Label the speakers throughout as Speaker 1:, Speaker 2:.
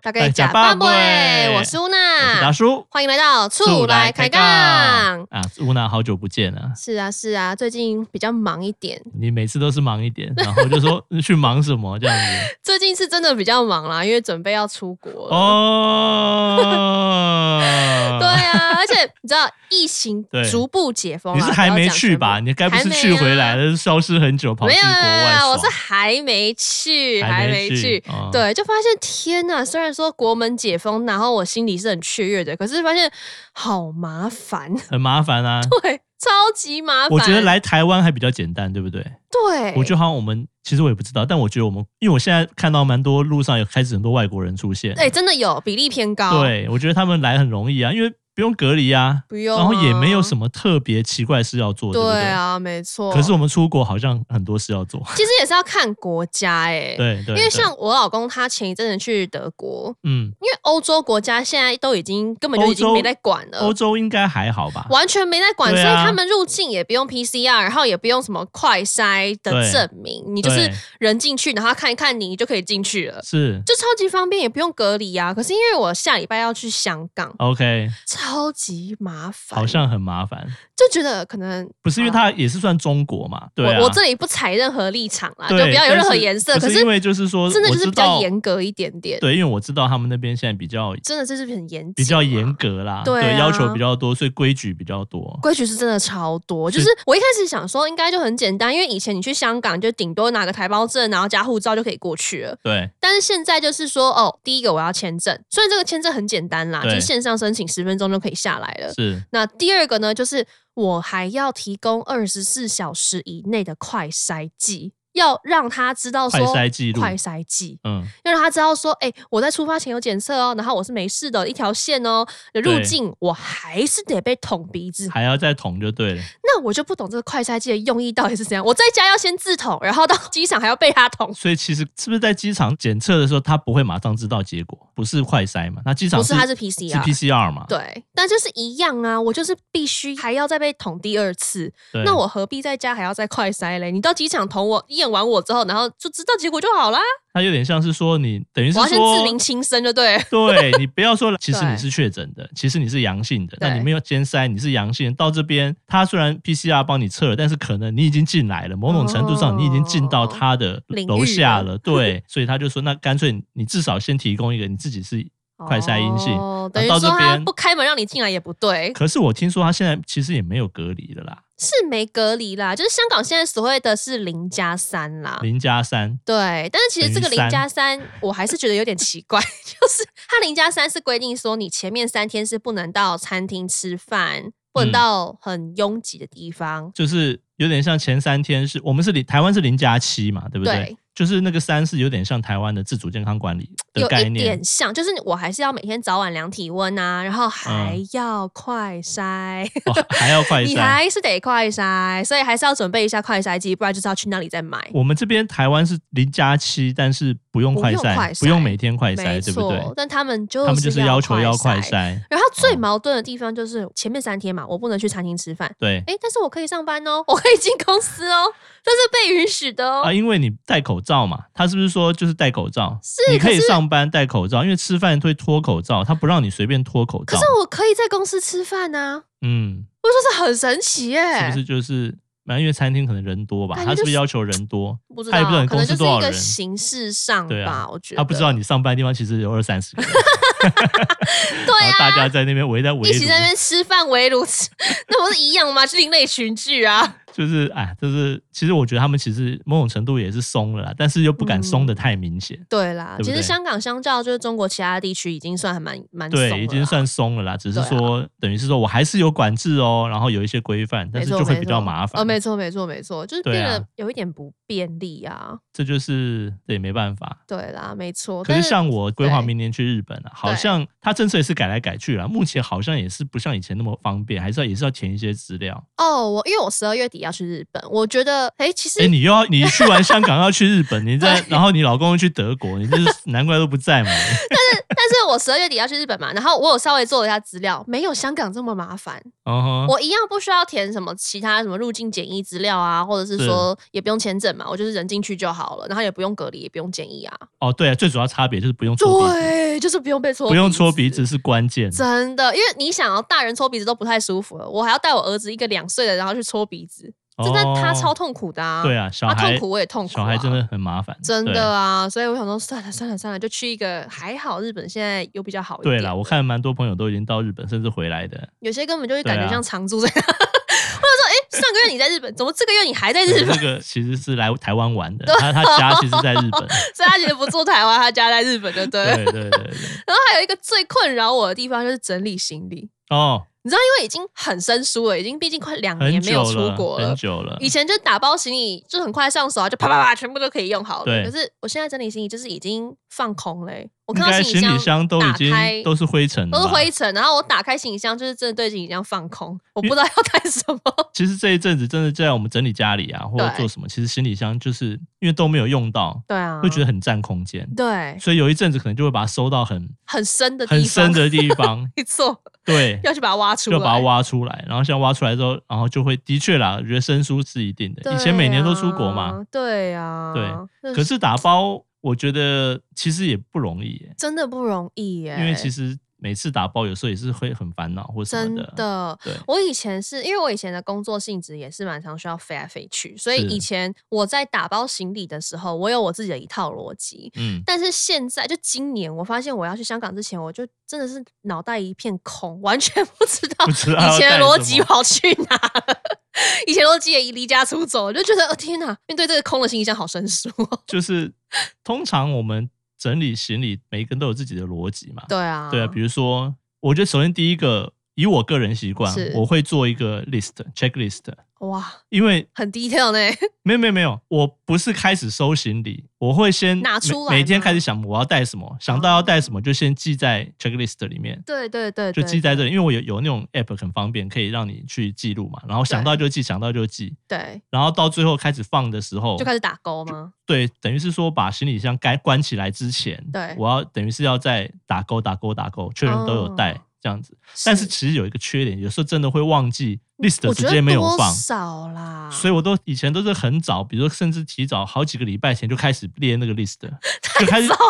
Speaker 1: 大概假
Speaker 2: 大家
Speaker 1: 八
Speaker 2: 吃饱
Speaker 1: 杯，
Speaker 2: 未
Speaker 1: 我是乌
Speaker 2: 哎我是
Speaker 1: 娜
Speaker 2: 达，叔，
Speaker 1: 欢迎来到处啊来开杠。
Speaker 2: 啊！乌娜好久不见啊！
Speaker 1: 是啊，是啊，最近比较忙一点，
Speaker 2: 你每次都是忙 一点，然后就说去忙什么这样子
Speaker 1: 最近是真的比较忙啦，因为准备要出国了。
Speaker 2: 哦。
Speaker 1: 对啊，而且你知道疫情
Speaker 2: 对
Speaker 1: 逐步解封啦，
Speaker 2: 你是还
Speaker 1: 不要
Speaker 2: 没
Speaker 1: 啊讲
Speaker 2: 去吧？
Speaker 1: 全部
Speaker 2: 你该不是去回来
Speaker 1: 还没啊
Speaker 2: 了，消失很久，跑
Speaker 1: 没
Speaker 2: 去
Speaker 1: 有
Speaker 2: 国外
Speaker 1: 啊，
Speaker 2: 爽
Speaker 1: 我是还没去，还
Speaker 2: 还
Speaker 1: 没去。。
Speaker 2: 哦，
Speaker 1: 对，就发现天呐！虽然说国门解封，然后我心里是很雀跃的，可是发现好麻烦，
Speaker 2: 很麻烦啊。
Speaker 1: 对，超级麻烦。
Speaker 2: 我觉得来台湾还比较简单，对不对？
Speaker 1: 对，
Speaker 2: 我觉得好像我们其实我也不知道，但我觉得我们，因为我现在看到蛮多路上有开始很多外国人出现，
Speaker 1: 哎、真的有比例偏高，，
Speaker 2: 对，我觉得他们来很容易啊，因为不用隔离啊，
Speaker 1: 不用、
Speaker 2: 然后也没有什
Speaker 1: 么，
Speaker 2: 么特别奇怪的事要做，对不
Speaker 1: 哦对
Speaker 2: 对？
Speaker 1: 啊，没错。
Speaker 2: 可是我们出国好像很多事要做，
Speaker 1: 其实也是要看国家哎、
Speaker 2: 对
Speaker 1: 因
Speaker 2: 对，
Speaker 1: 为
Speaker 2: 对
Speaker 1: 像我老公他前一阵子去德国，
Speaker 2: 嗯，
Speaker 1: 因为欧洲国家现在都已经根本就已经
Speaker 2: 欧洲
Speaker 1: 没在管了
Speaker 2: 欧。洲应该还好吧？
Speaker 1: 完全没在管，
Speaker 2: 对
Speaker 1: 所
Speaker 2: 啊
Speaker 1: 以他们入境也不用 PCR，然后也不用什么快筛的
Speaker 2: 对
Speaker 1: 证明，你就是
Speaker 2: 对
Speaker 1: 人进去，然后他看一看你就可以进去了，
Speaker 2: 是
Speaker 1: 就超级方便，也不用隔离啊。可是因为我下礼拜要去香港，
Speaker 2: OK，
Speaker 1: 超级麻烦，
Speaker 2: 好像很麻烦，
Speaker 1: 就觉得可能
Speaker 2: 不是因为
Speaker 1: 啊
Speaker 2: 它也是算中国嘛？对啊，
Speaker 1: 我我这里不采任何立场啦，就
Speaker 2: 对
Speaker 1: 不要有任何
Speaker 2: 但是
Speaker 1: 颜色。
Speaker 2: 可
Speaker 1: 可
Speaker 2: 是因为就是说，
Speaker 1: 真的就是
Speaker 2: 我
Speaker 1: 比
Speaker 2: 知
Speaker 1: 较
Speaker 2: 道
Speaker 1: 严格一点点，
Speaker 2: 对，因为我知道他们那边现在比较
Speaker 1: 真的就是很严谨，啊
Speaker 2: 比较严。格啦，
Speaker 1: 对啊
Speaker 2: 要求比较多，所以规矩比较多。
Speaker 1: 规矩是真的超多，就是是我一开始想说应该就很简单，因为以前你去香港就顶多拿个台胞证，然后加护照就可以过去了。
Speaker 2: 对
Speaker 1: 但是现在就是说，哦，第一个我要签证，虽然这个签证很简单啦，就
Speaker 2: 对
Speaker 1: 是线上申请十分钟就可以下来了。
Speaker 2: 是，
Speaker 1: 那第二个呢，就是我还要提供二十四小时以内的快筛剂，要让他知道说
Speaker 2: 快筛记录
Speaker 1: 快筛剂，
Speaker 2: 嗯，
Speaker 1: 要让他知道说，哎、我在出发前有检测哦，然后我是没事的，一条线哦，入境我还是得被捅鼻子。
Speaker 2: 还要再捅就对了。
Speaker 1: 那我就不懂这个快筛剂的用意到底是怎样。我在家要先自捅，然后到机场还要被他捅，
Speaker 2: 所以其实是不是在机场检测的时候，他不会马上知道结果，不是快筛嘛？那机场
Speaker 1: 不是他是
Speaker 2: 是
Speaker 1: PCR。
Speaker 2: PCR 嘛？
Speaker 1: 对，但就是一样啊，我就是必须还要再被捅第二次，
Speaker 2: 对
Speaker 1: 那我何必在家还要再快筛嘞？你到机场捅我，验完我之后，然后就知道结果就好啦。
Speaker 2: 他有点像是说你等于是
Speaker 1: 我要先自
Speaker 2: 说
Speaker 1: 明。轻生，就对了。
Speaker 2: 对你不要说了，其实
Speaker 1: 对
Speaker 2: 你是确诊的，其实你是阳性的，
Speaker 1: 对
Speaker 2: 那你没有先筛，你是阳性。到这边，他虽然 PCR 帮你测了，但是可能你已经进来了，某种程度上你已经进到他的
Speaker 1: 哦领域
Speaker 2: 楼下
Speaker 1: 了
Speaker 2: 了，对，所以他就说，那干脆你至少先提供一个你自己是快筛阴性
Speaker 1: 哦等于
Speaker 2: 到
Speaker 1: 说
Speaker 2: 这
Speaker 1: 他
Speaker 2: 边
Speaker 1: 不开门让你进来也不对，
Speaker 2: 可是我听说他现在其实也没有隔离了啦，
Speaker 1: 是没隔离啦，就是香港现在所谓的是零加三啦。
Speaker 2: 零加三，
Speaker 1: 对，但是其实这个
Speaker 2: 等于
Speaker 1: 零
Speaker 2: 三
Speaker 1: 加三，我还是觉得有点奇怪， 就是它零加三是规定说你前面三天是不能到餐厅吃饭，不能
Speaker 2: 嗯
Speaker 1: 到很拥挤的地方。
Speaker 2: 就是有点像前三天是我们是零，台湾是零加七嘛，对不对？
Speaker 1: 对
Speaker 2: 就是那个三是有点像台湾的自主健康管理的
Speaker 1: 有
Speaker 2: 概
Speaker 1: 一
Speaker 2: 念
Speaker 1: 点，像，就是我还是要每天早晚量体温啊，然后还要快筛，
Speaker 2: 哦、还要嗯快
Speaker 1: 你
Speaker 2: 筛。
Speaker 1: 还是得快筛，所以还是要准备一下快筛机，不然就是要去那里再买。
Speaker 2: 我们这边台湾是零加七，但是不用快
Speaker 1: 不用快
Speaker 2: 筛，
Speaker 1: 筛
Speaker 2: 不用每天快
Speaker 1: 没
Speaker 2: 筛，对不
Speaker 1: 错，
Speaker 2: 对？
Speaker 1: 但他们就是
Speaker 2: 他们就是要求要快
Speaker 1: 筛。
Speaker 2: 筛，
Speaker 1: 然后最
Speaker 2: 哦
Speaker 1: 矛盾的地方就是前面三天嘛，我不能去餐厅吃饭，
Speaker 2: 对
Speaker 1: 哎，但是我可以上班哦，我可以进公司哦，这是被允许的哦。
Speaker 2: 啊，因为你戴口罩嘛。他是不是说就是戴口罩？
Speaker 1: 是
Speaker 2: 你可以
Speaker 1: 可是
Speaker 2: 上班戴口罩，因为吃饭会脱口罩，他不让你随便脱口
Speaker 1: 可
Speaker 2: 罩
Speaker 1: 是。我可以在公司吃饭啊，
Speaker 2: 嗯，
Speaker 1: 我说是很神奇耶、
Speaker 2: 是不是就是？反正因为餐厅可能人多吧，
Speaker 1: 感觉
Speaker 2: 他是
Speaker 1: 就
Speaker 2: 不
Speaker 1: 是
Speaker 2: 是要求人多？
Speaker 1: 不知道，
Speaker 2: 他也不知道你
Speaker 1: 可能
Speaker 2: 公
Speaker 1: 就是
Speaker 2: 司多少
Speaker 1: 一个
Speaker 2: 人，
Speaker 1: 形式上吧，
Speaker 2: 对啊
Speaker 1: 我觉得
Speaker 2: 他不知道你上班的地方其实有二三十个人，
Speaker 1: 对
Speaker 2: 然后
Speaker 1: 啊，
Speaker 2: 大家在那边围在围
Speaker 1: 一起在那
Speaker 2: 炉，
Speaker 1: 边吃饭围炉吃， 那不是一样吗？是另类群聚啊，
Speaker 2: 就是哎，就是其实我觉得他们其实某种程度也是松了啦，但是又不敢松
Speaker 1: 嗯
Speaker 2: 的太明显。
Speaker 1: 对啦，
Speaker 2: 对不
Speaker 1: 其实
Speaker 2: 对
Speaker 1: 香港相较就是中国其他地区已经算还蛮蛮松了啦
Speaker 2: 对，已经算松了啦，只是
Speaker 1: 对啊
Speaker 2: 说、等于是说我还是有管制哦，然后有一些规范，但
Speaker 1: 没
Speaker 2: 是
Speaker 1: 错
Speaker 2: 就会
Speaker 1: 没
Speaker 2: 比较
Speaker 1: 错
Speaker 2: 麻
Speaker 1: 哦，
Speaker 2: 烦。
Speaker 1: 没错没错没错，就是
Speaker 2: 对
Speaker 1: 变
Speaker 2: 啊
Speaker 1: 得有一点不便利啊，
Speaker 2: 这就是这也没办法。
Speaker 1: 对啦，没错。
Speaker 2: 可
Speaker 1: 但
Speaker 2: 是像我规划
Speaker 1: 对
Speaker 2: 明年去日本啊，好
Speaker 1: 对
Speaker 2: 像他政策也是改来改去了，目前好像也是不像以前那么方便，还是要也是要填一些资料。
Speaker 1: 哦，我因为我十二月底要去日本，我觉得哎、其实
Speaker 2: 哎、你又要你去完香港要去日本，你在，然后你老公又去德国，你就是 难怪都不 在嘛。
Speaker 1: 但是我十二月底要去日本嘛，然后我有稍微做了一下资料，没有香港这么麻烦。
Speaker 2: 哦、
Speaker 1: 我一样不需要填什么其他什么入境检疫资料啊，或者是说也不用签证嘛，我就是人进去就好了，然后也不用隔离，也不用检疫啊。
Speaker 2: 哦，对、啊，最主要差别就是不用搓鼻子，
Speaker 1: 对，就是不用被戳，
Speaker 2: 不用搓鼻子。是关键。
Speaker 1: 真的，因为你想要大人搓鼻子都不太舒服了，我还要带我儿子一个两岁的，然后去搓鼻子，真的他超痛苦的啊。
Speaker 2: 哦哦。对啊，小
Speaker 1: 他
Speaker 2: 孩、
Speaker 1: 痛苦我也痛苦、啊，
Speaker 2: 小孩真的很麻烦。
Speaker 1: 真
Speaker 2: 对
Speaker 1: 的啊，所以我想说算了算了算了，就去一个还好，日本现在又比较好一点。
Speaker 2: 对啦，我看蛮多朋友都已经到日本，甚至回来的。
Speaker 1: 有些根本就是感
Speaker 2: 对
Speaker 1: 觉
Speaker 2: 啊
Speaker 1: 像常住在 那。或者说，哎、上个月你在日本，怎么这个月你还在 日
Speaker 2: 对
Speaker 1: 本？
Speaker 2: 这个其实是来台湾玩的，他他家其实在日 本。
Speaker 1: 所以他其实不住台湾，他家在日本，对不对？
Speaker 2: 对对对对，
Speaker 1: 然后还有一个最困扰我的地方就是整理行李，
Speaker 2: 哦，
Speaker 1: 你知道，因为已经很生疏了，已经毕竟快两
Speaker 2: 很
Speaker 1: 年没有
Speaker 2: 久
Speaker 1: 出
Speaker 2: 了，
Speaker 1: 国
Speaker 2: 很久了。
Speaker 1: 以前就打包行李就很快上手啊，就啪啪啪全部都可以用好了。
Speaker 2: 对
Speaker 1: 可是我现在整理行李就是已经放空嘞、我
Speaker 2: 应
Speaker 1: 看到
Speaker 2: 该
Speaker 1: 行
Speaker 2: 行李箱都已经
Speaker 1: 打开
Speaker 2: 都是灰尘了
Speaker 1: 都是
Speaker 2: 吧，
Speaker 1: 灰尘，然后我打开行李箱就是真的对行李箱放空，我不知道要干什么。
Speaker 2: 其实这一阵子真的在我们整理家里啊，或者
Speaker 1: 对
Speaker 2: 做什么，其实行李箱就是因为都没有用到，
Speaker 1: 对啊，
Speaker 2: 会觉得很占空间，
Speaker 1: 对
Speaker 2: 所以有一阵子可能就会把它收到很
Speaker 1: 很深的地方，，
Speaker 2: 很深的地方
Speaker 1: 没错，
Speaker 2: 对，
Speaker 1: 要去把它挖出来，
Speaker 2: 就把它挖出来。然后现在挖出来之后，然后就会的确啦，我觉得生疏是一定
Speaker 1: 对
Speaker 2: 的。
Speaker 1: 啊。
Speaker 2: 以前每年都出国嘛，
Speaker 1: 对啊，
Speaker 2: 对
Speaker 1: 那
Speaker 2: 可是打包我觉得其实也不容易耶，
Speaker 1: 真的不容易耶，
Speaker 2: 因为其实每次打包有时候也是会很烦恼或什
Speaker 1: 真
Speaker 2: 么的。
Speaker 1: 的
Speaker 2: 对，
Speaker 1: 我以前是因为我以前的工作性质也是蛮常需要飞来飞去，所以
Speaker 2: 是
Speaker 1: 以前我在打包行李的时候，我有我自己的一套逻辑。
Speaker 2: 嗯，
Speaker 1: 但是现在就今年，我发现我要去香港之前，我就真的是脑袋一片空，完全不知道
Speaker 2: 不知道要
Speaker 1: 以前的
Speaker 2: 带
Speaker 1: 逻
Speaker 2: 什
Speaker 1: 辑
Speaker 2: 么
Speaker 1: 跑去哪了。以前逻辑也离家出走，我就觉得、哦、天哪，面对这个空的行李箱好生疏、哦。
Speaker 2: 就是通常我们整理行李，每一个人都有自己的逻辑嘛。
Speaker 1: 对啊，
Speaker 2: 对啊，比如说，我觉得首先第一个，以我个人习惯
Speaker 1: 是，
Speaker 2: 我会做一个 list checklist，
Speaker 1: 哇，
Speaker 2: 因为
Speaker 1: 很 detail 呢。
Speaker 2: 没有没有没有，我不是开始收行李，我会先
Speaker 1: 拿出来
Speaker 2: 每，每天
Speaker 1: 吗
Speaker 2: 开始想我要带什么，想到要带什么就先记在 checklist 里面。
Speaker 1: 对对对
Speaker 2: 就
Speaker 1: 对
Speaker 2: 记在这里，因为我有有那种 app 很方便，可以让你去记录嘛。然后想到就记，想到就记，
Speaker 1: 对，
Speaker 2: 然后到最后开始放的时候，
Speaker 1: 就开始打勾吗？
Speaker 2: 对，等于是说把行李箱该关起来之前，
Speaker 1: 对
Speaker 2: 我要等于是要再打勾打勾打勾，确认都有带、
Speaker 1: 哦
Speaker 2: 这样子。但是其实有一个缺点，有时候真的会忘记 list
Speaker 1: 我
Speaker 2: 直
Speaker 1: 觉
Speaker 2: 接
Speaker 1: 得
Speaker 2: 没有
Speaker 1: 多
Speaker 2: 放，
Speaker 1: 少啦，
Speaker 2: 所以我都以前都是很早，比如说甚至提早好几个礼拜前就开始列那个 list，就开始
Speaker 1: 糟了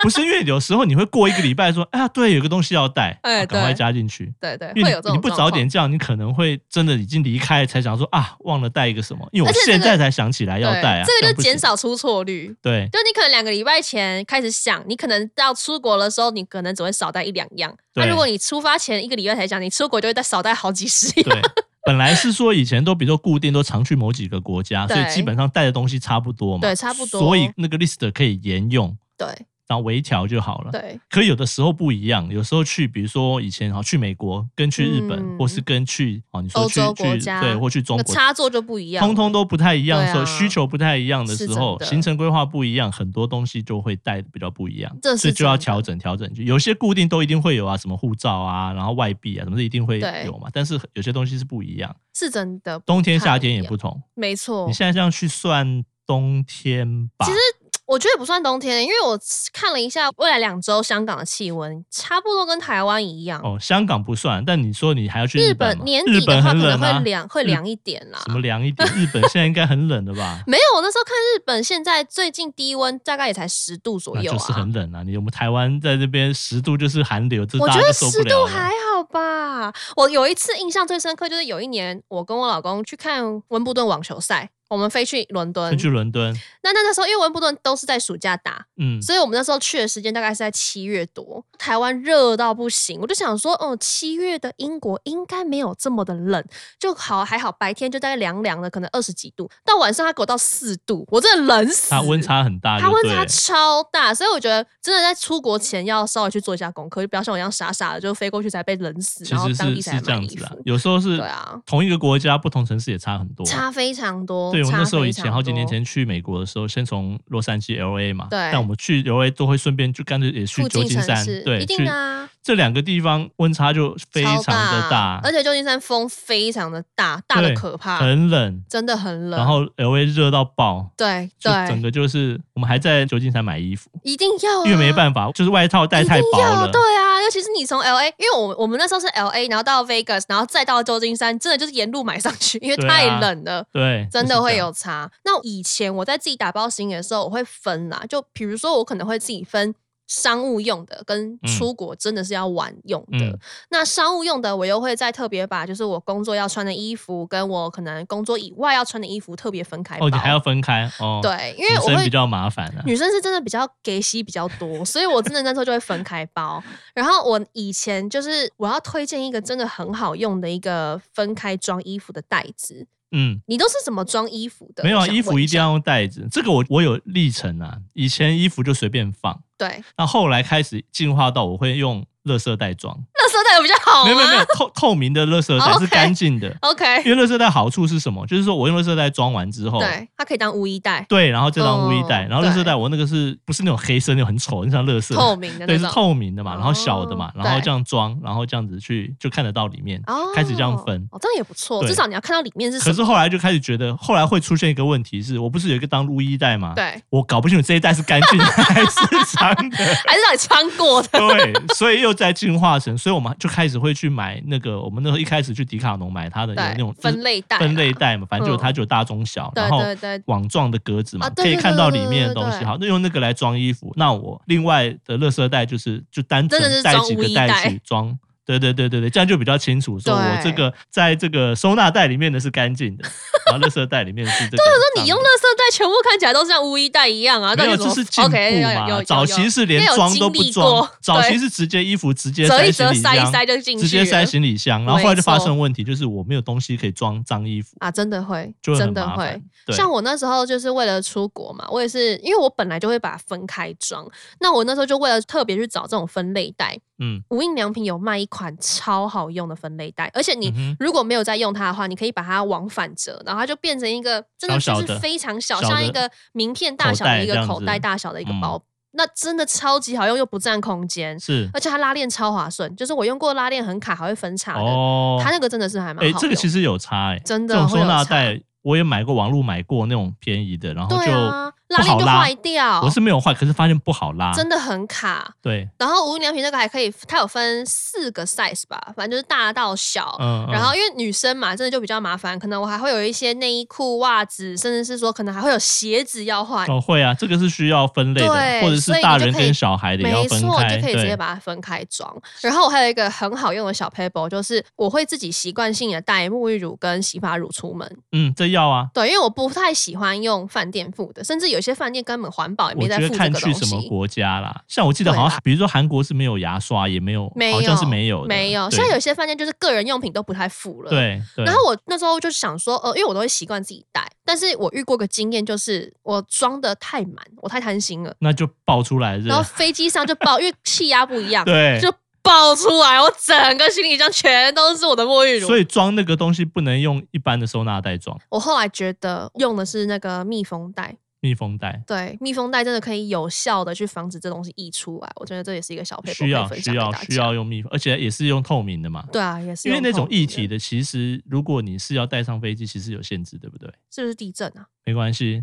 Speaker 2: 不是因为有时候你会过一个礼拜说，哎呀，对，有个东西要带，
Speaker 1: 哎
Speaker 2: 啊赶快
Speaker 1: 对
Speaker 2: 加进去。
Speaker 1: 对对，
Speaker 2: 因
Speaker 1: 会
Speaker 2: 为
Speaker 1: 有这
Speaker 2: 你
Speaker 1: 种
Speaker 2: 不
Speaker 1: 状
Speaker 2: 早
Speaker 1: 况
Speaker 2: 点这样，你可能会真的已经离开，才想说啊，忘了带一个什么，因为我
Speaker 1: 而且这
Speaker 2: 现
Speaker 1: 个
Speaker 2: 在才想起来要
Speaker 1: 对
Speaker 2: 带啊，
Speaker 1: 这个
Speaker 2: 样
Speaker 1: 就
Speaker 2: 不行
Speaker 1: 减少出错率。
Speaker 2: 对，
Speaker 1: 就你可能两个礼拜前开始想，你可能到出国的时候，你可能只会少带一两样。那
Speaker 2: 对
Speaker 1: 如果你出发前一个礼拜才想，你出国就会再少带好几十样。
Speaker 2: 对，本来是说以前都比较固定，都常去某几个国家，所以
Speaker 1: 对
Speaker 2: 基本上带的东西差不多嘛。
Speaker 1: 对差不多
Speaker 2: 所以那个 list 可以沿用，
Speaker 1: 对
Speaker 2: 然后微调就好了。。
Speaker 1: 对
Speaker 2: 可有的时候不一样，有时候去，比如说以前啊去美国，跟去日本，
Speaker 1: 嗯
Speaker 2: 或是跟去啊你说
Speaker 1: 欧
Speaker 2: 去
Speaker 1: 洲国
Speaker 2: 去
Speaker 1: 家
Speaker 2: 对，或去中
Speaker 1: 那
Speaker 2: 国，
Speaker 1: 插座就不一样了，
Speaker 2: 通通都不太一样的时候，
Speaker 1: 对啊
Speaker 2: 需求不太一样的
Speaker 1: 是
Speaker 2: 时候，
Speaker 1: 真的
Speaker 2: 行程规划不一样，很多东西就会带的比较不一样，
Speaker 1: 这是
Speaker 2: 所以就
Speaker 1: 真
Speaker 2: 要
Speaker 1: 的
Speaker 2: 调整调整。就有些固定都一定会有啊，什么护照啊，然后外币啊，什么的一定会
Speaker 1: 对
Speaker 2: 有嘛，但是有些东西是不一样。
Speaker 1: 是真的不太一样，哦
Speaker 2: 冬天夏天也不同。
Speaker 1: 没错
Speaker 2: 你。现在这样去算冬天吧，其实
Speaker 1: 我觉得也不算冬天，因为我看了一下未来两周香港的气温，差不多跟台湾一样。
Speaker 2: 哦，香港不算，但你说你还要去
Speaker 1: 日
Speaker 2: 本
Speaker 1: 本
Speaker 2: 嘛
Speaker 1: 年底
Speaker 2: 日
Speaker 1: 的
Speaker 2: 本
Speaker 1: 话
Speaker 2: 很
Speaker 1: 可能
Speaker 2: 冷
Speaker 1: 会
Speaker 2: 啊，
Speaker 1: 凉，会凉啊一点啦。？
Speaker 2: 什么凉一点？日本现在应该很冷的吧
Speaker 1: 没有，我那时候看日本现在最近低温大概也才十度左
Speaker 2: 那
Speaker 1: 右
Speaker 2: 就是
Speaker 1: 啊
Speaker 2: 很，冷啊！你我们台湾在这边十度就是寒流，这
Speaker 1: 我
Speaker 2: 大
Speaker 1: 觉
Speaker 2: 家
Speaker 1: 得
Speaker 2: 就受
Speaker 1: 十
Speaker 2: 不
Speaker 1: 度
Speaker 2: 了
Speaker 1: 还
Speaker 2: 了。
Speaker 1: 好吧。我有一次印象最深刻，就是有一年我跟我老公去看温布顿网球赛，我们飞去伦敦
Speaker 2: 就。去伦敦，
Speaker 1: 那那那时候因为温布顿都是在暑假打，
Speaker 2: 嗯，
Speaker 1: 所以我们那时候去的时间大概是在七月多，台湾热到不行，我就想说，哦、七月的英国应该没有这么的冷，就好还好，白天就大概凉凉的，可能二十几度，到晚上它给我到四度，我真的冷死。
Speaker 2: 它温差很大，
Speaker 1: 它
Speaker 2: 啊就
Speaker 1: 温
Speaker 2: 对
Speaker 1: 差
Speaker 2: 了。
Speaker 1: 超大，所以我觉得真的在出国前要稍微去做一下功课，就不要像我一样傻傻的就飞过去才被冷死，
Speaker 2: 其
Speaker 1: 然后
Speaker 2: 实
Speaker 1: 当
Speaker 2: 是
Speaker 1: 地才
Speaker 2: 是这
Speaker 1: 买
Speaker 2: 样
Speaker 1: 衣
Speaker 2: 子啊
Speaker 1: 服，
Speaker 2: 有时候是
Speaker 1: 对啊
Speaker 2: 同一个国家不同城市也差很多，啊
Speaker 1: 差非常多。
Speaker 2: 对，对我那
Speaker 1: 差
Speaker 2: 时候
Speaker 1: 非
Speaker 2: 以前
Speaker 1: 常
Speaker 2: 好几年
Speaker 1: 多
Speaker 2: 前去美国的时候，先从洛杉矶 L A 嘛，
Speaker 1: 对
Speaker 2: 但我们去 L A 都会顺便就干脆也去
Speaker 1: 附
Speaker 2: 旧
Speaker 1: 近
Speaker 2: 金
Speaker 1: 城
Speaker 2: 山
Speaker 1: 市，
Speaker 2: 对，
Speaker 1: 一
Speaker 2: 去
Speaker 1: 定的啊
Speaker 2: 这两个地方温差就非
Speaker 1: 超
Speaker 2: 常的大，
Speaker 1: 而且旧金山风非常的大，大的
Speaker 2: 对
Speaker 1: 可怕，
Speaker 2: 很冷，
Speaker 1: 真的很冷。
Speaker 2: 然后 L A 热到爆，
Speaker 1: 对
Speaker 2: 就整
Speaker 1: 对，
Speaker 2: 个就是我们还在旧金山买衣服，
Speaker 1: 一定要、啊，
Speaker 2: 因为没办法，就是外套带
Speaker 1: 一
Speaker 2: 太
Speaker 1: 定
Speaker 2: 薄
Speaker 1: 要
Speaker 2: 了
Speaker 1: 对，啊，尤其是你从 L A，因为我我们那时候是 L A，然后到 Vegas，然后再到旧金山，真的就是沿路买上去，因为
Speaker 2: 对
Speaker 1: 太
Speaker 2: 啊
Speaker 1: 冷了。
Speaker 2: 对，
Speaker 1: 真
Speaker 2: 就是
Speaker 1: 的
Speaker 2: 这
Speaker 1: 会
Speaker 2: 样
Speaker 1: 有差。那以前我在自己打包行李的时候，我会分啦，就比如说我可能会自己分商务用的跟
Speaker 2: 嗯
Speaker 1: 出国真的是要玩用的。
Speaker 2: 嗯
Speaker 1: 那商务用的，我又会再特别把就是我工作要穿的衣服，跟我可能工作以外要穿的衣服特别分开包。
Speaker 2: 哦，你还要分开哦，，
Speaker 1: 对，因为
Speaker 2: 女
Speaker 1: 我
Speaker 2: 生
Speaker 1: 会
Speaker 2: 比较麻烦啊，
Speaker 1: 女生是真的比较给息比较多，所以我真的那时候就会分开包。然后我以前就是我要推荐一个真的很好用的一个分开装衣服的袋子，
Speaker 2: 嗯。
Speaker 1: 你都是怎么装衣服的？
Speaker 2: 没有
Speaker 1: 我
Speaker 2: 啊，
Speaker 1: 想
Speaker 2: 衣服
Speaker 1: 问
Speaker 2: 一定
Speaker 1: 下
Speaker 2: 要用袋子。这个我我有历程啊，以前衣服就随便放，
Speaker 1: 对，
Speaker 2: 那后来开始进化到我会用垃圾袋装，
Speaker 1: 那时候袋比较好
Speaker 2: 没有没有没
Speaker 1: 吗
Speaker 2: 有透透明的垃圾袋是
Speaker 1: 哦啊 OK
Speaker 2: 干净的，
Speaker 1: ？OK，
Speaker 2: 因为垃圾哦袋好处是什么？就是说我用垃圾袋装完之后，
Speaker 1: 对，它可以当无衣袋，
Speaker 2: 对然后再当污衣袋，
Speaker 1: 嗯
Speaker 2: 然后垃圾
Speaker 1: 对
Speaker 2: 袋我那个是不是那种黑色那种很丑，那像垃圾
Speaker 1: 透明的
Speaker 2: 对，
Speaker 1: 那
Speaker 2: 是
Speaker 1: 种。
Speaker 2: 透明的嘛，然后小的嘛
Speaker 1: 哦，
Speaker 2: 然后
Speaker 1: 对
Speaker 2: 这样装，然后这样子去就看得到里面。
Speaker 1: 哦
Speaker 2: 开始这样分
Speaker 1: 哦，这样也不错，
Speaker 2: 对
Speaker 1: 至少你要看到里面是什
Speaker 2: 可
Speaker 1: 么。
Speaker 2: 是后来就开始觉得，后来会出现一个问题是，我不是有一个当污衣袋嘛？
Speaker 1: 对，
Speaker 2: 我搞不清楚这一袋是干净的 还是脏的。
Speaker 1: 还是让你穿 过的。
Speaker 2: 对，所以又在进化成，所以我们就开始会去买那个，我们那时候一开始去迪卡侬买它的有那种
Speaker 1: 对，分类啊袋啦，
Speaker 2: 分类袋嘛，反正就有
Speaker 1: 嗯
Speaker 2: 它就有大中小，
Speaker 1: 对
Speaker 2: 然后
Speaker 1: 对对
Speaker 2: 网状的格子嘛，
Speaker 1: 啊对
Speaker 2: 可以
Speaker 1: 对
Speaker 2: 看
Speaker 1: 对
Speaker 2: 到
Speaker 1: 对
Speaker 2: 里面的
Speaker 1: 对
Speaker 2: 东西。
Speaker 1: 对
Speaker 2: 好，那用那个来装衣服。那我另外的垃圾袋就是就单纯
Speaker 1: 真的是
Speaker 2: 带
Speaker 1: 装
Speaker 2: 几
Speaker 1: 无
Speaker 2: 个
Speaker 1: 衣
Speaker 2: 袋
Speaker 1: 袋
Speaker 2: 去装。对对对对对，这样就比较清楚，说我这
Speaker 1: 对
Speaker 2: 个在这个收纳袋里面的是干净的，然后垃圾袋里面是这个脏的。
Speaker 1: 那你用垃圾袋全部看起来都像无衣袋一样啊？
Speaker 2: 没
Speaker 1: 到
Speaker 2: 有，
Speaker 1: 底怎
Speaker 2: 这
Speaker 1: 么
Speaker 2: 是进步
Speaker 1: OK，有有有
Speaker 2: 嘛？
Speaker 1: 有
Speaker 2: 早期是连
Speaker 1: 要有
Speaker 2: 装都不
Speaker 1: 经历
Speaker 2: 装
Speaker 1: 过，
Speaker 2: 早期
Speaker 1: 对
Speaker 2: 是直接衣 服直接
Speaker 1: 折
Speaker 2: 塞
Speaker 1: 一
Speaker 2: 行
Speaker 1: 折
Speaker 2: 李
Speaker 1: 塞一
Speaker 2: 箱，
Speaker 1: 塞就进去
Speaker 2: 直
Speaker 1: 了，
Speaker 2: 接塞行李箱，然后
Speaker 1: 没
Speaker 2: 后来就发生
Speaker 1: 错
Speaker 2: 问题，就是我没有东西可以装脏衣服，
Speaker 1: 啊！真的会，
Speaker 2: 就会很
Speaker 1: 真的
Speaker 2: 麻
Speaker 1: 会
Speaker 2: 烦。。对，
Speaker 1: 像我那时候就是为了出国嘛，我也是因为我本来就会把它分开装，那我那时候就为了特别去找这种分类袋。
Speaker 2: 嗯
Speaker 1: 无印良品有卖一款超好用的分类袋，而且你
Speaker 2: 嗯哼
Speaker 1: 如果没有在用它的话，你可以把它往返折，然后它就变成一个真的
Speaker 2: 小小
Speaker 1: 就
Speaker 2: 的
Speaker 1: 是非常
Speaker 2: 小
Speaker 1: 小，
Speaker 2: 的
Speaker 1: 像一个名片大小的一
Speaker 2: 口袋这
Speaker 1: 个
Speaker 2: 样
Speaker 1: 口
Speaker 2: 子
Speaker 1: 袋大小的一个
Speaker 2: 嗯
Speaker 1: 包，那真的超级好用，又不占空间，
Speaker 2: 是
Speaker 1: 而且它拉链超划算，就是我用过拉链很卡，还会分叉的，
Speaker 2: 哦，
Speaker 1: 它那个真的是还蛮好
Speaker 2: 哎，
Speaker 1: 用。
Speaker 2: 这个其实有差哎，
Speaker 1: 真
Speaker 2: 这
Speaker 1: 的
Speaker 2: 种
Speaker 1: 会
Speaker 2: 收
Speaker 1: 有
Speaker 2: 纳
Speaker 1: 差
Speaker 2: 袋我也买过，网络买过那种便宜的，然后
Speaker 1: 对
Speaker 2: 就
Speaker 1: 啊，
Speaker 2: 不
Speaker 1: 拉链
Speaker 2: 好
Speaker 1: 就
Speaker 2: 拉
Speaker 1: 坏，掉，
Speaker 2: 我是没有坏，可是发现不好拉，
Speaker 1: 真的很卡。
Speaker 2: 对，
Speaker 1: 然后无印良品那个还可以，它有分四个 size 吧，反正就是大到小。
Speaker 2: 嗯，
Speaker 1: 然
Speaker 2: 嗯
Speaker 1: 后因为女生嘛，真的就比较麻烦，可能我还会有一些内衣裤、袜子，甚至是说可能还会有鞋子要换。
Speaker 2: 哦会啊，这个是需要分类的，
Speaker 1: 对
Speaker 2: 或者是
Speaker 1: 所以你
Speaker 2: 大
Speaker 1: 就
Speaker 2: 人
Speaker 1: 可以
Speaker 2: 跟小孩的也要
Speaker 1: 没
Speaker 2: 分
Speaker 1: 错，
Speaker 2: 开，
Speaker 1: 就可以直接
Speaker 2: 对，
Speaker 1: 把它分开装。然后我还有一个很好用的小 paper，就是我会自己习惯性的带沐浴乳跟洗发乳出门。
Speaker 2: 嗯，这要啊，
Speaker 1: 对，因为我不太喜欢用饭店付的，甚至有些饭店根本环保也
Speaker 2: 我
Speaker 1: 没在
Speaker 2: 觉
Speaker 1: 付
Speaker 2: 得
Speaker 1: 这
Speaker 2: 看
Speaker 1: 个
Speaker 2: 去
Speaker 1: 东
Speaker 2: 什么
Speaker 1: 西。
Speaker 2: 国家啦，像我记得好
Speaker 1: 对
Speaker 2: 像，比如说韩国是没有牙刷，也没有，
Speaker 1: 没有，
Speaker 2: 好像是没有的，
Speaker 1: 没有。
Speaker 2: 对
Speaker 1: 像有些饭店就是个人用品都不太付了。。
Speaker 2: 对对，
Speaker 1: 然后我那时候就想说，呃，因为我都会习惯自己带，但是我遇过个经验，就是我装的太满，我太贪心了，
Speaker 2: 那就爆出来是
Speaker 1: 然后飞机上就爆，因为气压不一样，
Speaker 2: 对，
Speaker 1: 就爆出来，我整个行李箱全都是我的沐浴乳
Speaker 2: 所。以装那个东西不能用一般的收纳袋装，
Speaker 1: 我后来觉得用的是那个密封袋，
Speaker 2: 密封袋
Speaker 1: 对，密封袋真的可以有效的去防止这东西溢出来，我觉得这也是一个小配
Speaker 2: 需要需要需要
Speaker 1: 要，
Speaker 2: 用密封，而且也是用透明的嘛。
Speaker 1: 对啊，也是
Speaker 2: 因为
Speaker 1: 用
Speaker 2: 那种
Speaker 1: 透明
Speaker 2: 液
Speaker 1: 的
Speaker 2: 体，的，其实如果你是要带上飞机，其实有限制，对不对？
Speaker 1: 是不是地震啊？
Speaker 2: 没 关系，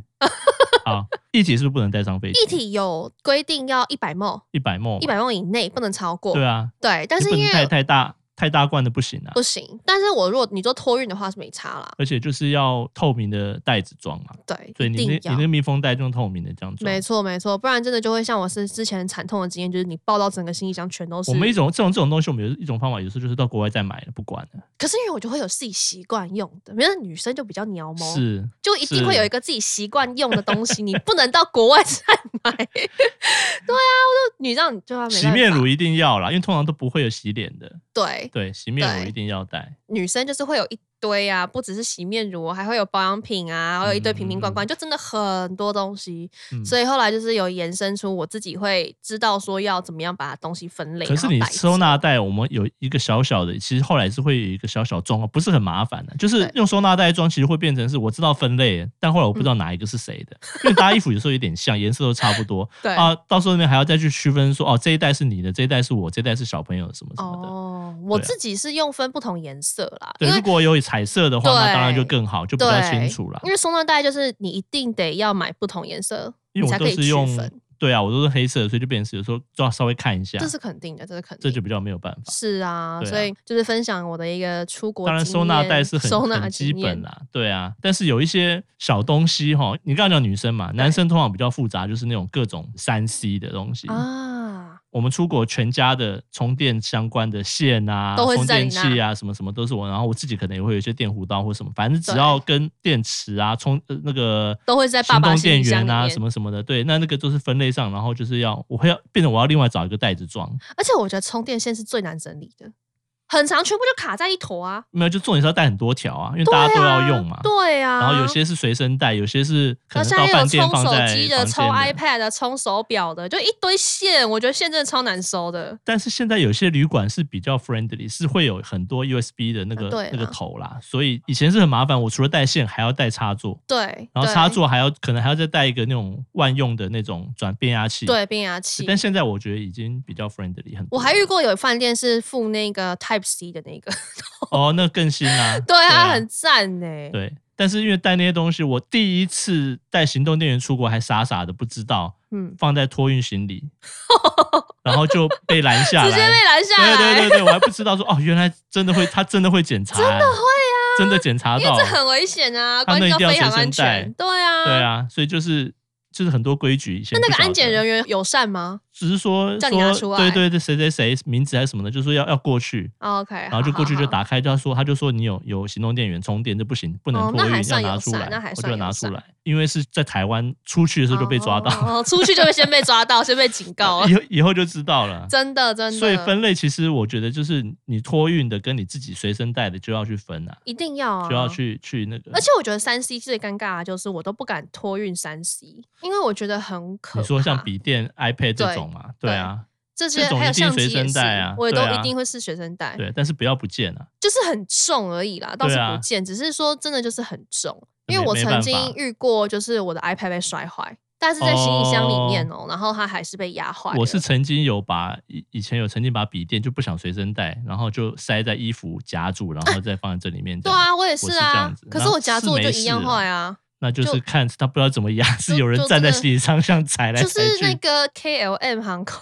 Speaker 2: 好，液体是不是不能带上飞机？
Speaker 1: 液体有规定要一百梦，
Speaker 2: 一百梦，
Speaker 1: 一百梦以内不能超过，
Speaker 2: 对啊，
Speaker 1: 对，但
Speaker 2: 你
Speaker 1: 是
Speaker 2: 不
Speaker 1: 因
Speaker 2: 能太
Speaker 1: 为
Speaker 2: 太大太大罐的不行啊。
Speaker 1: 不行，但是我如果你做托运的话是没差啦，
Speaker 2: 而且就是要透明的袋子装嘛，
Speaker 1: 对，
Speaker 2: 对
Speaker 1: 一
Speaker 2: 你那
Speaker 1: 定
Speaker 2: 你那
Speaker 1: 要
Speaker 2: 个。密封袋就用透明的这样装。
Speaker 1: 没错，没错，不然真的就会像我是之前惨痛的经验，就是你抱到整个行李箱全都是。
Speaker 2: 我们一种这种这种东西，我们有一种方法，有时候就是到国外再买了，不管了。
Speaker 1: 可是因为我就会有自己习惯用的，没有女生就比较鸟毛，
Speaker 2: 是，
Speaker 1: 就一定
Speaker 2: 是
Speaker 1: 会有一个自己习惯用的东西，你不能到国外再买。 对啊，我就你让你就要没
Speaker 2: 洗
Speaker 1: 办
Speaker 2: 面
Speaker 1: 法
Speaker 2: 乳一定要啦，因为通常都不会有洗脸的。
Speaker 1: 对
Speaker 2: 对，洗面乳
Speaker 1: 对
Speaker 2: 一定要带。
Speaker 1: 女生就是会有一堆啊，不只是洗面乳，哦还会有保养品啊，还有一堆瓶瓶罐罐，
Speaker 2: 嗯
Speaker 1: 就真的很多东西。
Speaker 2: 嗯
Speaker 1: 所以后来就是有延伸出我自己会知道说要怎么样把东西分类。
Speaker 2: 可是
Speaker 1: 然后
Speaker 2: 你
Speaker 1: 摆
Speaker 2: 收
Speaker 1: 置
Speaker 2: 纳袋，我们有一个小小的，其实后来是会有一个小小装啊，不是很麻烦的、就是
Speaker 1: 对嗯
Speaker 2: 用收纳袋装，其实会变成是我知道分类，但后来我不知道哪一个是谁的，因为大家衣服有时候有点像，颜色都差不多
Speaker 1: 对
Speaker 2: 啊，到时候那边还要再去区分说，哦，这一袋是你的，这一袋是我，这一袋是小朋友的什么什么的。
Speaker 1: 哦，我
Speaker 2: 对啊
Speaker 1: 自己是用分不同颜色啦，因
Speaker 2: 对，
Speaker 1: 为
Speaker 2: 如果有彩色的话，那当然就
Speaker 1: 对
Speaker 2: 更好，就比较
Speaker 1: 对，
Speaker 2: 清楚了。
Speaker 1: 因为收纳袋就是你一定得要买不同颜色，你
Speaker 2: 因为我
Speaker 1: 才
Speaker 2: 都
Speaker 1: 可以
Speaker 2: 是
Speaker 1: 区
Speaker 2: 用
Speaker 1: 分，，
Speaker 2: 对啊，我都是黑色的，所以就变成是有时候就要稍微看一下，
Speaker 1: 这是肯定的，这是肯
Speaker 2: 啊这
Speaker 1: 定
Speaker 2: 就
Speaker 1: 的。
Speaker 2: 比较没有办法。
Speaker 1: 是啊，
Speaker 2: 对啊
Speaker 1: 所以就是分享我的一个出国
Speaker 2: 当然，
Speaker 1: 经
Speaker 2: 收纳袋
Speaker 1: 验
Speaker 2: 是很
Speaker 1: 收纳
Speaker 2: 很基
Speaker 1: 经验
Speaker 2: 本啦，对啊。但是有一些小东西哈，你刚刚讲女生嘛，男生通常比较复杂，就是那种各种三 C 的东西。
Speaker 1: 啊，
Speaker 2: 我们出国全家的充电相关的线啊、
Speaker 1: 都会是
Speaker 2: 充
Speaker 1: 在
Speaker 2: 电
Speaker 1: 你那
Speaker 2: 器啊，什么什么都是我。然后我自己可能也会有一些电弧刀或什么，反正只
Speaker 1: 对
Speaker 2: 要跟电池啊、充、呃那个
Speaker 1: 都会在爸
Speaker 2: 行
Speaker 1: 爸
Speaker 2: 动
Speaker 1: 行
Speaker 2: 电
Speaker 1: 李箱
Speaker 2: 源
Speaker 1: 里
Speaker 2: 啊
Speaker 1: 面
Speaker 2: 什么什么的，对，那那个都是分类上，然后就是要我会要变成我要另外找一个袋子装。
Speaker 1: 而且我觉得充电线是最难整理的，很长，全部就卡在一坨啊。
Speaker 2: 没有，就重点是要带很多条啊，因为大家都要用嘛。
Speaker 1: 对啊，
Speaker 2: 然后有些是随身带，有些是可
Speaker 1: 然后现
Speaker 2: 能到
Speaker 1: 在有
Speaker 2: 饭店
Speaker 1: 充
Speaker 2: 放
Speaker 1: 手
Speaker 2: 在
Speaker 1: 机的、充
Speaker 2: 房间的。
Speaker 1: iPad 的、充手表的，就一堆线，我觉得线真的超难收的。
Speaker 2: 但是现在有些旅馆是比较 friendly，是会有很多 USB 的那个、
Speaker 1: 啊对啦
Speaker 2: 那个头啦，所以以前是很麻烦。我除了带线，还要带插座，
Speaker 1: 对，
Speaker 2: 然后
Speaker 1: 对
Speaker 2: 插座还要可能还要再带一个那种万用的那种转变压器。
Speaker 1: 对变压器。
Speaker 2: 但现在我觉得已经比较 friendly 很多
Speaker 1: 我
Speaker 2: 了。
Speaker 1: 还遇过有饭店是附那个 Type C 的那个，
Speaker 2: 哦，那更新啊。
Speaker 1: 对啊，
Speaker 2: 啊
Speaker 1: 很赞呢。
Speaker 2: 对，但是因为带那些东西，我第一次带行动电源出国，还傻傻的不知道
Speaker 1: 嗯，
Speaker 2: 放在托运行 李，然后就被拦下来，
Speaker 1: 直接被拦下来，
Speaker 2: 对对对对，我还不知道说哦，原来真的会，他真的会检查、真的会啊，真的检查
Speaker 1: 因
Speaker 2: 到
Speaker 1: 为这
Speaker 2: 欸，
Speaker 1: 很危险啊，
Speaker 2: 他
Speaker 1: 关系
Speaker 2: 们一
Speaker 1: 到
Speaker 2: 定要
Speaker 1: 非常
Speaker 2: 随身
Speaker 1: 安
Speaker 2: 带
Speaker 1: 全。对啊，
Speaker 2: 对。啊，所以就是就是很多规矩，以前
Speaker 1: 那那
Speaker 2: 不
Speaker 1: 个
Speaker 2: 晓
Speaker 1: 安检
Speaker 2: 得
Speaker 1: 人员友善吗
Speaker 2: 只是说
Speaker 1: 叫你拿出来
Speaker 2: 说对对对，谁谁谁名字还是什么的，就说要要过去。
Speaker 1: 啊？OK，
Speaker 2: 然后就过去就
Speaker 1: 好好好
Speaker 2: 打开，就他说他就说你有有行动电源充电，这不行，不能
Speaker 1: 哦
Speaker 2: 托
Speaker 1: 那
Speaker 2: 运，
Speaker 1: 还
Speaker 2: 要
Speaker 1: 算
Speaker 2: 拿
Speaker 1: 友
Speaker 2: 出
Speaker 1: 善
Speaker 2: 来
Speaker 1: 那还，
Speaker 2: 我就
Speaker 1: 算
Speaker 2: 要拿
Speaker 1: 友
Speaker 2: 出
Speaker 1: 善
Speaker 2: 来，因为是在台湾出去的时候就被抓到，
Speaker 1: 哦，出去就会先被抓到，先被警告了
Speaker 2: 以。后以后就知道了。
Speaker 1: 真的真的，
Speaker 2: 所以分类其实我觉得就是你托运的跟你自己随身带的就要去分啊，
Speaker 1: 一定要啊，
Speaker 2: 就要。去去那个。
Speaker 1: 而且我觉得三 C 最尴尬的就是我都不敢托运三 C，因为我觉得很可怕。
Speaker 2: 你说像笔电、iPad 这种嘛，对
Speaker 1: 对
Speaker 2: 啊，
Speaker 1: 这些
Speaker 2: 这种
Speaker 1: 还有
Speaker 2: 一定
Speaker 1: 相机
Speaker 2: 随身
Speaker 1: 也是
Speaker 2: 带啊
Speaker 1: 我也都
Speaker 2: 对啊
Speaker 1: 一定会是随身带，
Speaker 2: 对，但是不要不见啊。
Speaker 1: 就是很重而已啦，倒是不见，只是说真的就是很重。因为
Speaker 2: 没
Speaker 1: 我
Speaker 2: 没
Speaker 1: 曾
Speaker 2: 办
Speaker 1: 经
Speaker 2: 法
Speaker 1: 遇过，就是我的 iPad 被摔坏，但是在行李箱里面哦、然后它还是被压坏了。
Speaker 2: 我是曾经有把以以前有曾经把笔电就不想随身带，然后就塞在衣服夹住，然后再放在这里面。这
Speaker 1: 对
Speaker 2: 样
Speaker 1: 啊，我也
Speaker 2: 我是这
Speaker 1: 啊
Speaker 2: 样子，
Speaker 1: 可
Speaker 2: 然
Speaker 1: 是
Speaker 2: 后
Speaker 1: 我夹
Speaker 2: 是
Speaker 1: 住我
Speaker 2: 没
Speaker 1: 就
Speaker 2: 事
Speaker 1: 一样
Speaker 2: 啦
Speaker 1: 坏啊。
Speaker 2: 那就是
Speaker 1: 就
Speaker 2: 看他不知道怎么压，是有人
Speaker 1: 就
Speaker 2: 站在
Speaker 1: 真的
Speaker 2: 行李上像踩来
Speaker 1: 就
Speaker 2: 踩
Speaker 1: 是那
Speaker 2: 去。
Speaker 1: 个 KLM 航空，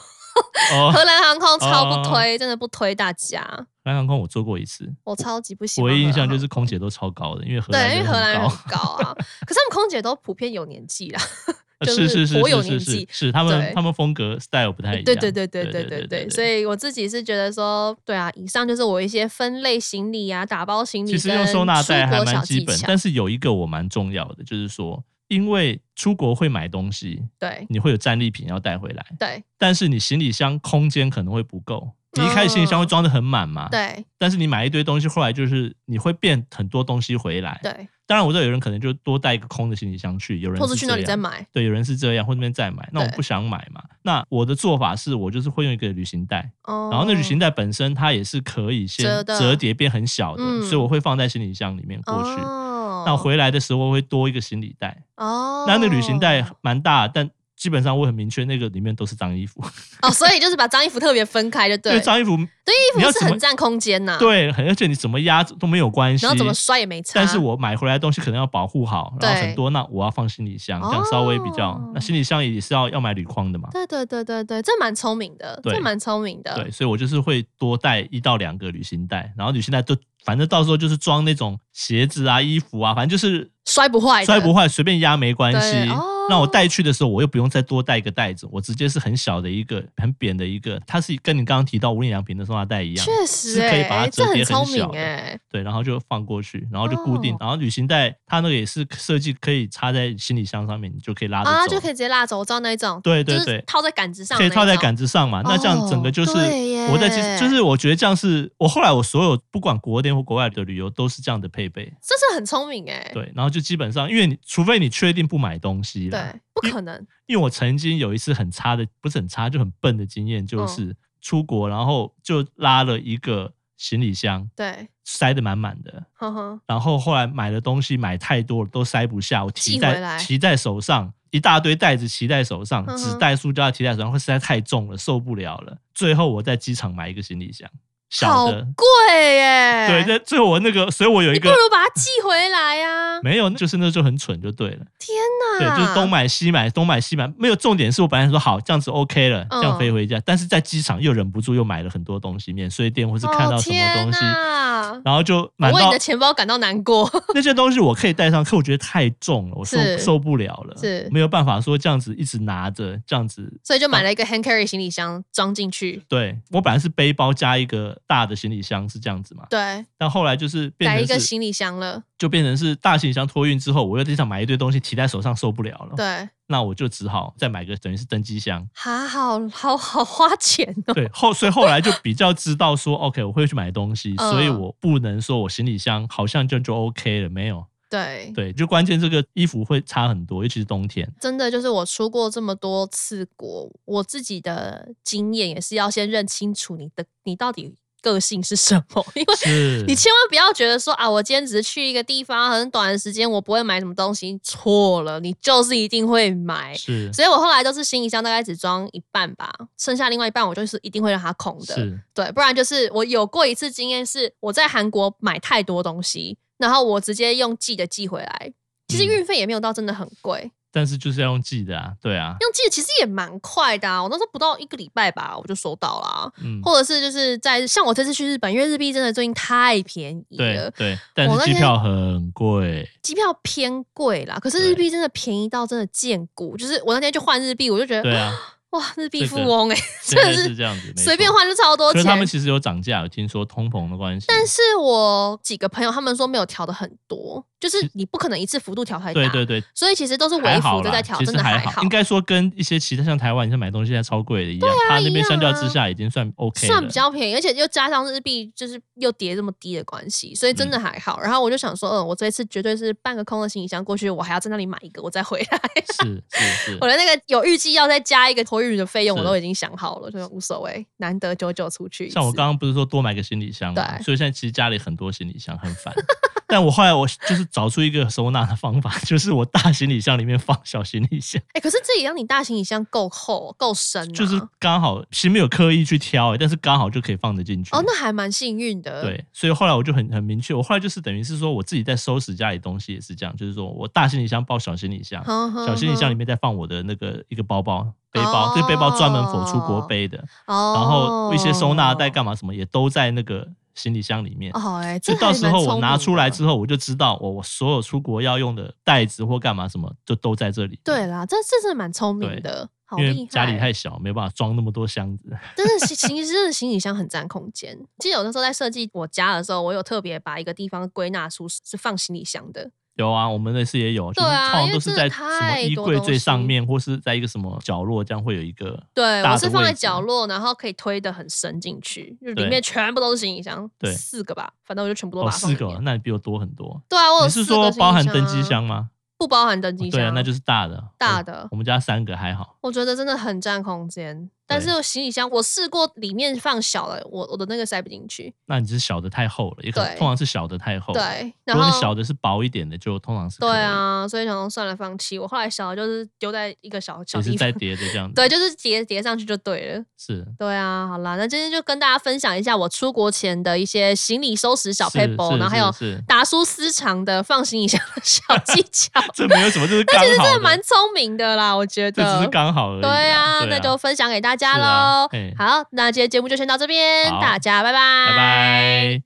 Speaker 2: 哦，
Speaker 1: 荷兰航空超
Speaker 2: 哦
Speaker 1: 不推，真的不推大家。
Speaker 2: 荷兰航空我坐过一次，
Speaker 1: 我超级不喜欢。
Speaker 2: 唯一印象就是空。姐都超高的，因为荷兰
Speaker 1: 对，因为
Speaker 2: 人
Speaker 1: 荷
Speaker 2: 很
Speaker 1: 兰人
Speaker 2: 高
Speaker 1: 很高 啊，可是他们空姐都普遍有年纪啦。
Speaker 2: 呃
Speaker 1: 就是
Speaker 2: 是是是
Speaker 1: 颇有
Speaker 2: 是
Speaker 1: 年
Speaker 2: 是
Speaker 1: 纪
Speaker 2: 是是，他们
Speaker 1: 对
Speaker 2: 他们风格 style 不太一样。
Speaker 1: 对对对对对对对，所以我自己是觉得说，对啊，以上就是我一些分类行李啊、打包行李，
Speaker 2: 其实用收纳袋还蛮基本，但
Speaker 1: 是
Speaker 2: 是有一个我蛮重要的，就是说，因为出国会买东西，
Speaker 1: 对
Speaker 2: 你会有战利品要带回来，
Speaker 1: 对
Speaker 2: 但是你行李箱空间可能会不够。你一开始行李箱会装得很满嘛，。
Speaker 1: 哦对
Speaker 2: 但是你买一堆东西，后来就是你会变很多东西回来。
Speaker 1: 对，
Speaker 2: 当然，我知道有人可能就多带一个空的行李箱去，有人
Speaker 1: 或者
Speaker 2: 是
Speaker 1: 去那
Speaker 2: 这
Speaker 1: 里
Speaker 2: 样
Speaker 1: 再买，
Speaker 2: 对，有人是这样，或那边再买。那我
Speaker 1: 对
Speaker 2: 不想买嘛。那我的做法是我就是会用一个旅行袋，
Speaker 1: 哦，
Speaker 2: 然后那旅行袋本身它也是可以先
Speaker 1: 折的
Speaker 2: 折叠变很小的，
Speaker 1: 嗯
Speaker 2: 所以我会放在行李箱里面过去。
Speaker 1: 哦，
Speaker 2: 那回来的时候会多一个行李袋，
Speaker 1: 哦，
Speaker 2: 那那个旅行袋蛮大，但基本上我很明确那个里面都是脏衣服，
Speaker 1: 哦，所以就是把脏衣服特别分开，就
Speaker 2: 因
Speaker 1: 对啊
Speaker 2: 为
Speaker 1: 了，
Speaker 2: 脏衣服
Speaker 1: 对，
Speaker 2: 你
Speaker 1: 衣
Speaker 2: 要
Speaker 1: 服是
Speaker 2: 怎么
Speaker 1: 很占空间呐，，
Speaker 2: 对，很而且你怎么压都没有关系
Speaker 1: 然后。怎么摔也没差，
Speaker 2: 但是我买回来的东西可能要保护好，然后
Speaker 1: 对
Speaker 2: 很多那我要放行李箱，这样稍微比较。
Speaker 1: 哦
Speaker 2: 那行李箱也是要要买铝框的嘛，
Speaker 1: 对对对对对，这蛮聪明的，
Speaker 2: 对
Speaker 1: 这蛮聪明的。
Speaker 2: 对，所以我就是会多带一到两个旅行袋，然后旅行袋都反正到时候就是装那种鞋子啊、衣服啊，反正就是
Speaker 1: 摔不坏的，
Speaker 2: 摔不坏，随便压没关
Speaker 1: 对
Speaker 2: 系。
Speaker 1: 哦
Speaker 2: 那我带去的时候，我又不用再多带一个袋子，我直接是很小的一个、很扁的一个，它是跟你刚刚提到无印良品的收纳袋一样，
Speaker 1: 确实、
Speaker 2: 是
Speaker 1: 欸，
Speaker 2: 可以把它
Speaker 1: 这
Speaker 2: 折叠
Speaker 1: 很
Speaker 2: 很
Speaker 1: 聪明
Speaker 2: 小的
Speaker 1: 哎、
Speaker 2: 对，然后就放过去，然后就固定，
Speaker 1: 哦
Speaker 2: 然后旅行袋它那个也是设计可以插在行李箱上面，你就可以拉着走，
Speaker 1: 啊，就可以直接拉走，我知道那一种，
Speaker 2: 对对
Speaker 1: 就
Speaker 2: 对
Speaker 1: 是套在杆子上，
Speaker 2: 可以套在。杆子上嘛。那这样整个就是
Speaker 1: 哦对耶
Speaker 2: 我在其实
Speaker 1: 嗯
Speaker 2: 就是我觉得这样是我后来我所有不管国内或国外的旅游都是这样的配备，
Speaker 1: 这是很聪明哎、欸，
Speaker 2: 对，然后就基本上因为你除非你确定不买东西啦，
Speaker 1: 对，不可能，
Speaker 2: 因为我曾经有一次很差的，不是很差，就很笨的经验，
Speaker 1: 嗯
Speaker 2: 就是出国，然后就拉了一个行李箱，
Speaker 1: 对，
Speaker 2: 塞得满满的，
Speaker 1: 呵呵，
Speaker 2: 然后后来买的东西买太多了，都塞不下，我提
Speaker 1: 寄回
Speaker 2: 在
Speaker 1: 来
Speaker 2: 提在手上，一大堆袋子提在手上，
Speaker 1: 嗯哼
Speaker 2: 纸袋、塑胶袋提在手上，会实在太重了，受不了了。最后我在机场买一个行李箱，小
Speaker 1: 好
Speaker 2: 的，
Speaker 1: 贵耶、
Speaker 2: 对，那最后我那个，所以我有
Speaker 1: 哎
Speaker 2: 一
Speaker 1: 你不
Speaker 2: 个
Speaker 1: 如把它寄回来呀、啊！啊
Speaker 2: 没有，就是那就很蠢就对了。
Speaker 1: 天
Speaker 2: 对，
Speaker 1: 哪，
Speaker 2: 就是东买西买，东买西买，没有重点是我本来说好这样子 OK 了，这样
Speaker 1: 嗯
Speaker 2: 飞回家，但是在机场又忍不住又买了很多东西，免税店或是看到什么东
Speaker 1: 哦、
Speaker 2: 西，
Speaker 1: 天哦哪
Speaker 2: 然后就
Speaker 1: 我
Speaker 2: 买
Speaker 1: 为你
Speaker 2: 到
Speaker 1: 的钱包感到难过。
Speaker 2: 那些东西我可以带上，可我觉得太重了，我受
Speaker 1: 是
Speaker 2: 受不了了，
Speaker 1: 是
Speaker 2: 没有办法说这样子一直拿着这样子。
Speaker 1: 所以就买了一个 hand carry 行李箱装进去，
Speaker 2: 对我本来是背包加一个大的行李箱是这样子嘛，
Speaker 1: 对，
Speaker 2: 但后来就是变
Speaker 1: 改一
Speaker 2: 成
Speaker 1: 个
Speaker 2: 是
Speaker 1: 行李箱了，
Speaker 2: 就变成是大行李箱托运之后，我又在机场买一堆东西提在手上受不了了，
Speaker 1: 对，
Speaker 2: 那我就只好再买个等于是登机箱，
Speaker 1: 还好好好花钱哦，
Speaker 2: 对，后所以后来就比较知道说，OK，我会去买东西，所以
Speaker 1: 嗯
Speaker 2: 我不能说我行李箱好像就就 OK 了，没有。
Speaker 1: 对，
Speaker 2: 对，就关键这个衣服会差很多，尤其是冬天。
Speaker 1: 真的就是我出过这么多次国，我自己的经验也是要先认清楚你的你到底个性是什么，因为
Speaker 2: 是，
Speaker 1: 你千万不要觉得说啊，我今天只是去一个地方很短的时间，我不会买什么东西，错了，你就是一定会买。
Speaker 2: 是
Speaker 1: 所以我后来就是行李箱大概只装一半吧，剩下另外一半我就是一定会让它空的。
Speaker 2: 是，
Speaker 1: 对，不然就是我有过一次经验是我在韩国买太多东西，然后我直接用寄的寄回来。其实
Speaker 2: 嗯
Speaker 1: 运费也没有到真的很贵，
Speaker 2: 但是就是要用寄的啊，对啊，
Speaker 1: 用寄的其实也蛮快的啊。我那时候不到一个礼拜吧，我就收到啦。
Speaker 2: 嗯，
Speaker 1: 或者是就是在像我这次去日本，因为日币真的最近太便宜
Speaker 2: 对
Speaker 1: 了，
Speaker 2: 对，但
Speaker 1: 我
Speaker 2: 是
Speaker 1: 那
Speaker 2: 机
Speaker 1: 天
Speaker 2: 票很贵，
Speaker 1: 机票偏贵啦。可是
Speaker 2: 对
Speaker 1: 日币真的便宜到真的见骨，就是我那天去换日币，我就觉
Speaker 2: 对
Speaker 1: 得、
Speaker 2: 啊，
Speaker 1: 哇，日币
Speaker 2: 这
Speaker 1: 富
Speaker 2: 个
Speaker 1: 翁哎、
Speaker 2: 现 在
Speaker 1: 真的
Speaker 2: 是
Speaker 1: 是
Speaker 2: 这样子，没
Speaker 1: 随便
Speaker 2: 错。
Speaker 1: 换就超多
Speaker 2: 可
Speaker 1: 钱。
Speaker 2: 是他们其实有涨价，有听说通膨的关系，
Speaker 1: 但是我几个朋友他们说没有调的很多，就是你不可能一次幅度调太大，
Speaker 2: 嗯对对对，
Speaker 1: 所以其实都是
Speaker 2: 还
Speaker 1: 微
Speaker 2: 好
Speaker 1: 幅的
Speaker 2: 啦，
Speaker 1: 在调，
Speaker 2: 其
Speaker 1: 真
Speaker 2: 实
Speaker 1: 的还
Speaker 2: 好，应该说跟一些其他像台湾，你像买东西现在超贵的一样，
Speaker 1: 啊
Speaker 2: 它那边相较之下已经算 OK 了，
Speaker 1: 算比较便宜，而且又加上日币就是又跌这么低的关系，所以真
Speaker 2: 嗯
Speaker 1: 的还好。然后我就想说，嗯，我这一次绝对是半个空的行李箱过去，我还要在那里买一个，我再回来。
Speaker 2: 是是是
Speaker 1: 我，的那个有预计要再加一个托运的费用，
Speaker 2: 是
Speaker 1: 我都已经想好了，就无所谓，难得久久出去一次。
Speaker 2: 像我刚刚不是说多买个行李箱嘛，
Speaker 1: 对
Speaker 2: 所以现在其实家里很多行李箱，很烦。但我后来我就是找出一个收纳的方法，就是我大行李箱里面放小行李箱，
Speaker 1: 哎、可是这也让你大行李箱够厚、够深、啊，
Speaker 2: 就是刚好其实没有刻意去挑、欸，但是刚好就可以放得进去。
Speaker 1: 哦，那还蛮幸运的。，
Speaker 2: 对，所以后来我就很很明确，我后来就是等于是说我自己在收拾家里东西也是这样，就是说我大行李箱包小行李箱，小
Speaker 1: 小
Speaker 2: 行李箱里面再放我的那个一个包包。背包，这个背包专门否出国背的，
Speaker 1: 哦，
Speaker 2: 然后一些收纳袋干嘛什么也都在那个行李箱里面。
Speaker 1: 哦，哎、
Speaker 2: 所
Speaker 1: 这
Speaker 2: 以到
Speaker 1: 还
Speaker 2: 时
Speaker 1: 蛮
Speaker 2: 候
Speaker 1: 聪
Speaker 2: 我拿
Speaker 1: 明
Speaker 2: 出来
Speaker 1: 的
Speaker 2: 之后，我就知道我我所有出国要用的袋子或干嘛什么，就都在这里。
Speaker 1: 对，啦，这这是蛮聪
Speaker 2: 对
Speaker 1: 明的，好
Speaker 2: 因
Speaker 1: 厉
Speaker 2: 为
Speaker 1: 害！
Speaker 2: 家里太小，没办法装那么多箱子。
Speaker 1: 真的行行真的行李箱很占空间。记得我那时候在设计我家的时候，我有特别把一个地方归纳出是放行李箱的。
Speaker 2: 有啊，我们那次也有，就
Speaker 1: 对
Speaker 2: 是
Speaker 1: 啊
Speaker 2: 通常
Speaker 1: 因
Speaker 2: 都
Speaker 1: 为
Speaker 2: 是
Speaker 1: 真
Speaker 2: 在
Speaker 1: 的
Speaker 2: 什么
Speaker 1: 太
Speaker 2: 衣
Speaker 1: 多
Speaker 2: 柜
Speaker 1: 东
Speaker 2: 最上
Speaker 1: 西
Speaker 2: 面，或是在一个什么角落，这样会有一个。
Speaker 1: 对，
Speaker 2: 大
Speaker 1: 我
Speaker 2: 的
Speaker 1: 是放
Speaker 2: 位
Speaker 1: 在
Speaker 2: 置
Speaker 1: 角落，然后可以推的很深进去，就
Speaker 2: 对
Speaker 1: 里面全部都是行李箱，
Speaker 2: 对
Speaker 1: 四个吧，反正我就全部都把
Speaker 2: 哦，
Speaker 1: 它放
Speaker 2: 四
Speaker 1: 里
Speaker 2: 个，
Speaker 1: 面。
Speaker 2: 那你比我多很多。
Speaker 1: 对啊，我有
Speaker 2: 你是
Speaker 1: 四个
Speaker 2: 说
Speaker 1: 行
Speaker 2: 包
Speaker 1: 李
Speaker 2: 含登机
Speaker 1: 啊？
Speaker 2: 箱吗？
Speaker 1: 不包含登机箱，
Speaker 2: 对啊，那就是大的。
Speaker 1: 大
Speaker 2: 我
Speaker 1: 的
Speaker 2: 我们家三个还好。
Speaker 1: 我觉得真的很占空间。但
Speaker 2: 对
Speaker 1: 是行李箱我试过里面放小了，我我的那个塞不进去。
Speaker 2: 那你是小的太厚了，也可能
Speaker 1: 对
Speaker 2: 通常是小的太厚。，
Speaker 1: 对，
Speaker 2: 哦如
Speaker 1: 然
Speaker 2: 果
Speaker 1: 后
Speaker 2: 你小的是薄一点的，就通常是可
Speaker 1: 对
Speaker 2: 以，
Speaker 1: 啊，所以想说算了，放弃。我后来小的就是丢在一个小小
Speaker 2: 也是
Speaker 1: 地
Speaker 2: 在
Speaker 1: 方，
Speaker 2: 叠的这样子。
Speaker 1: 对，就是叠叠上去就对了。
Speaker 2: 是
Speaker 1: 对啊，好啦，那今天就跟大家分享一下我出国前的一些行李收拾小
Speaker 2: 是
Speaker 1: paper，
Speaker 2: 是
Speaker 1: 然后还有
Speaker 2: 是是
Speaker 1: 达叔私藏的放行李箱的 小技巧，
Speaker 2: 这没有什 么，这是刚
Speaker 1: 那
Speaker 2: 好
Speaker 1: 其
Speaker 2: 的，
Speaker 1: 实真的蛮聪明的啦，我觉
Speaker 2: 这只是
Speaker 1: 得。
Speaker 2: 刚好而已啦。
Speaker 1: 对啊，
Speaker 2: 对
Speaker 1: 那就分享给大家
Speaker 2: 是啊
Speaker 1: 喽。
Speaker 2: 嘿
Speaker 1: 好，那今天节目就先到这边，
Speaker 2: 好
Speaker 1: 大家拜拜，
Speaker 2: 拜拜。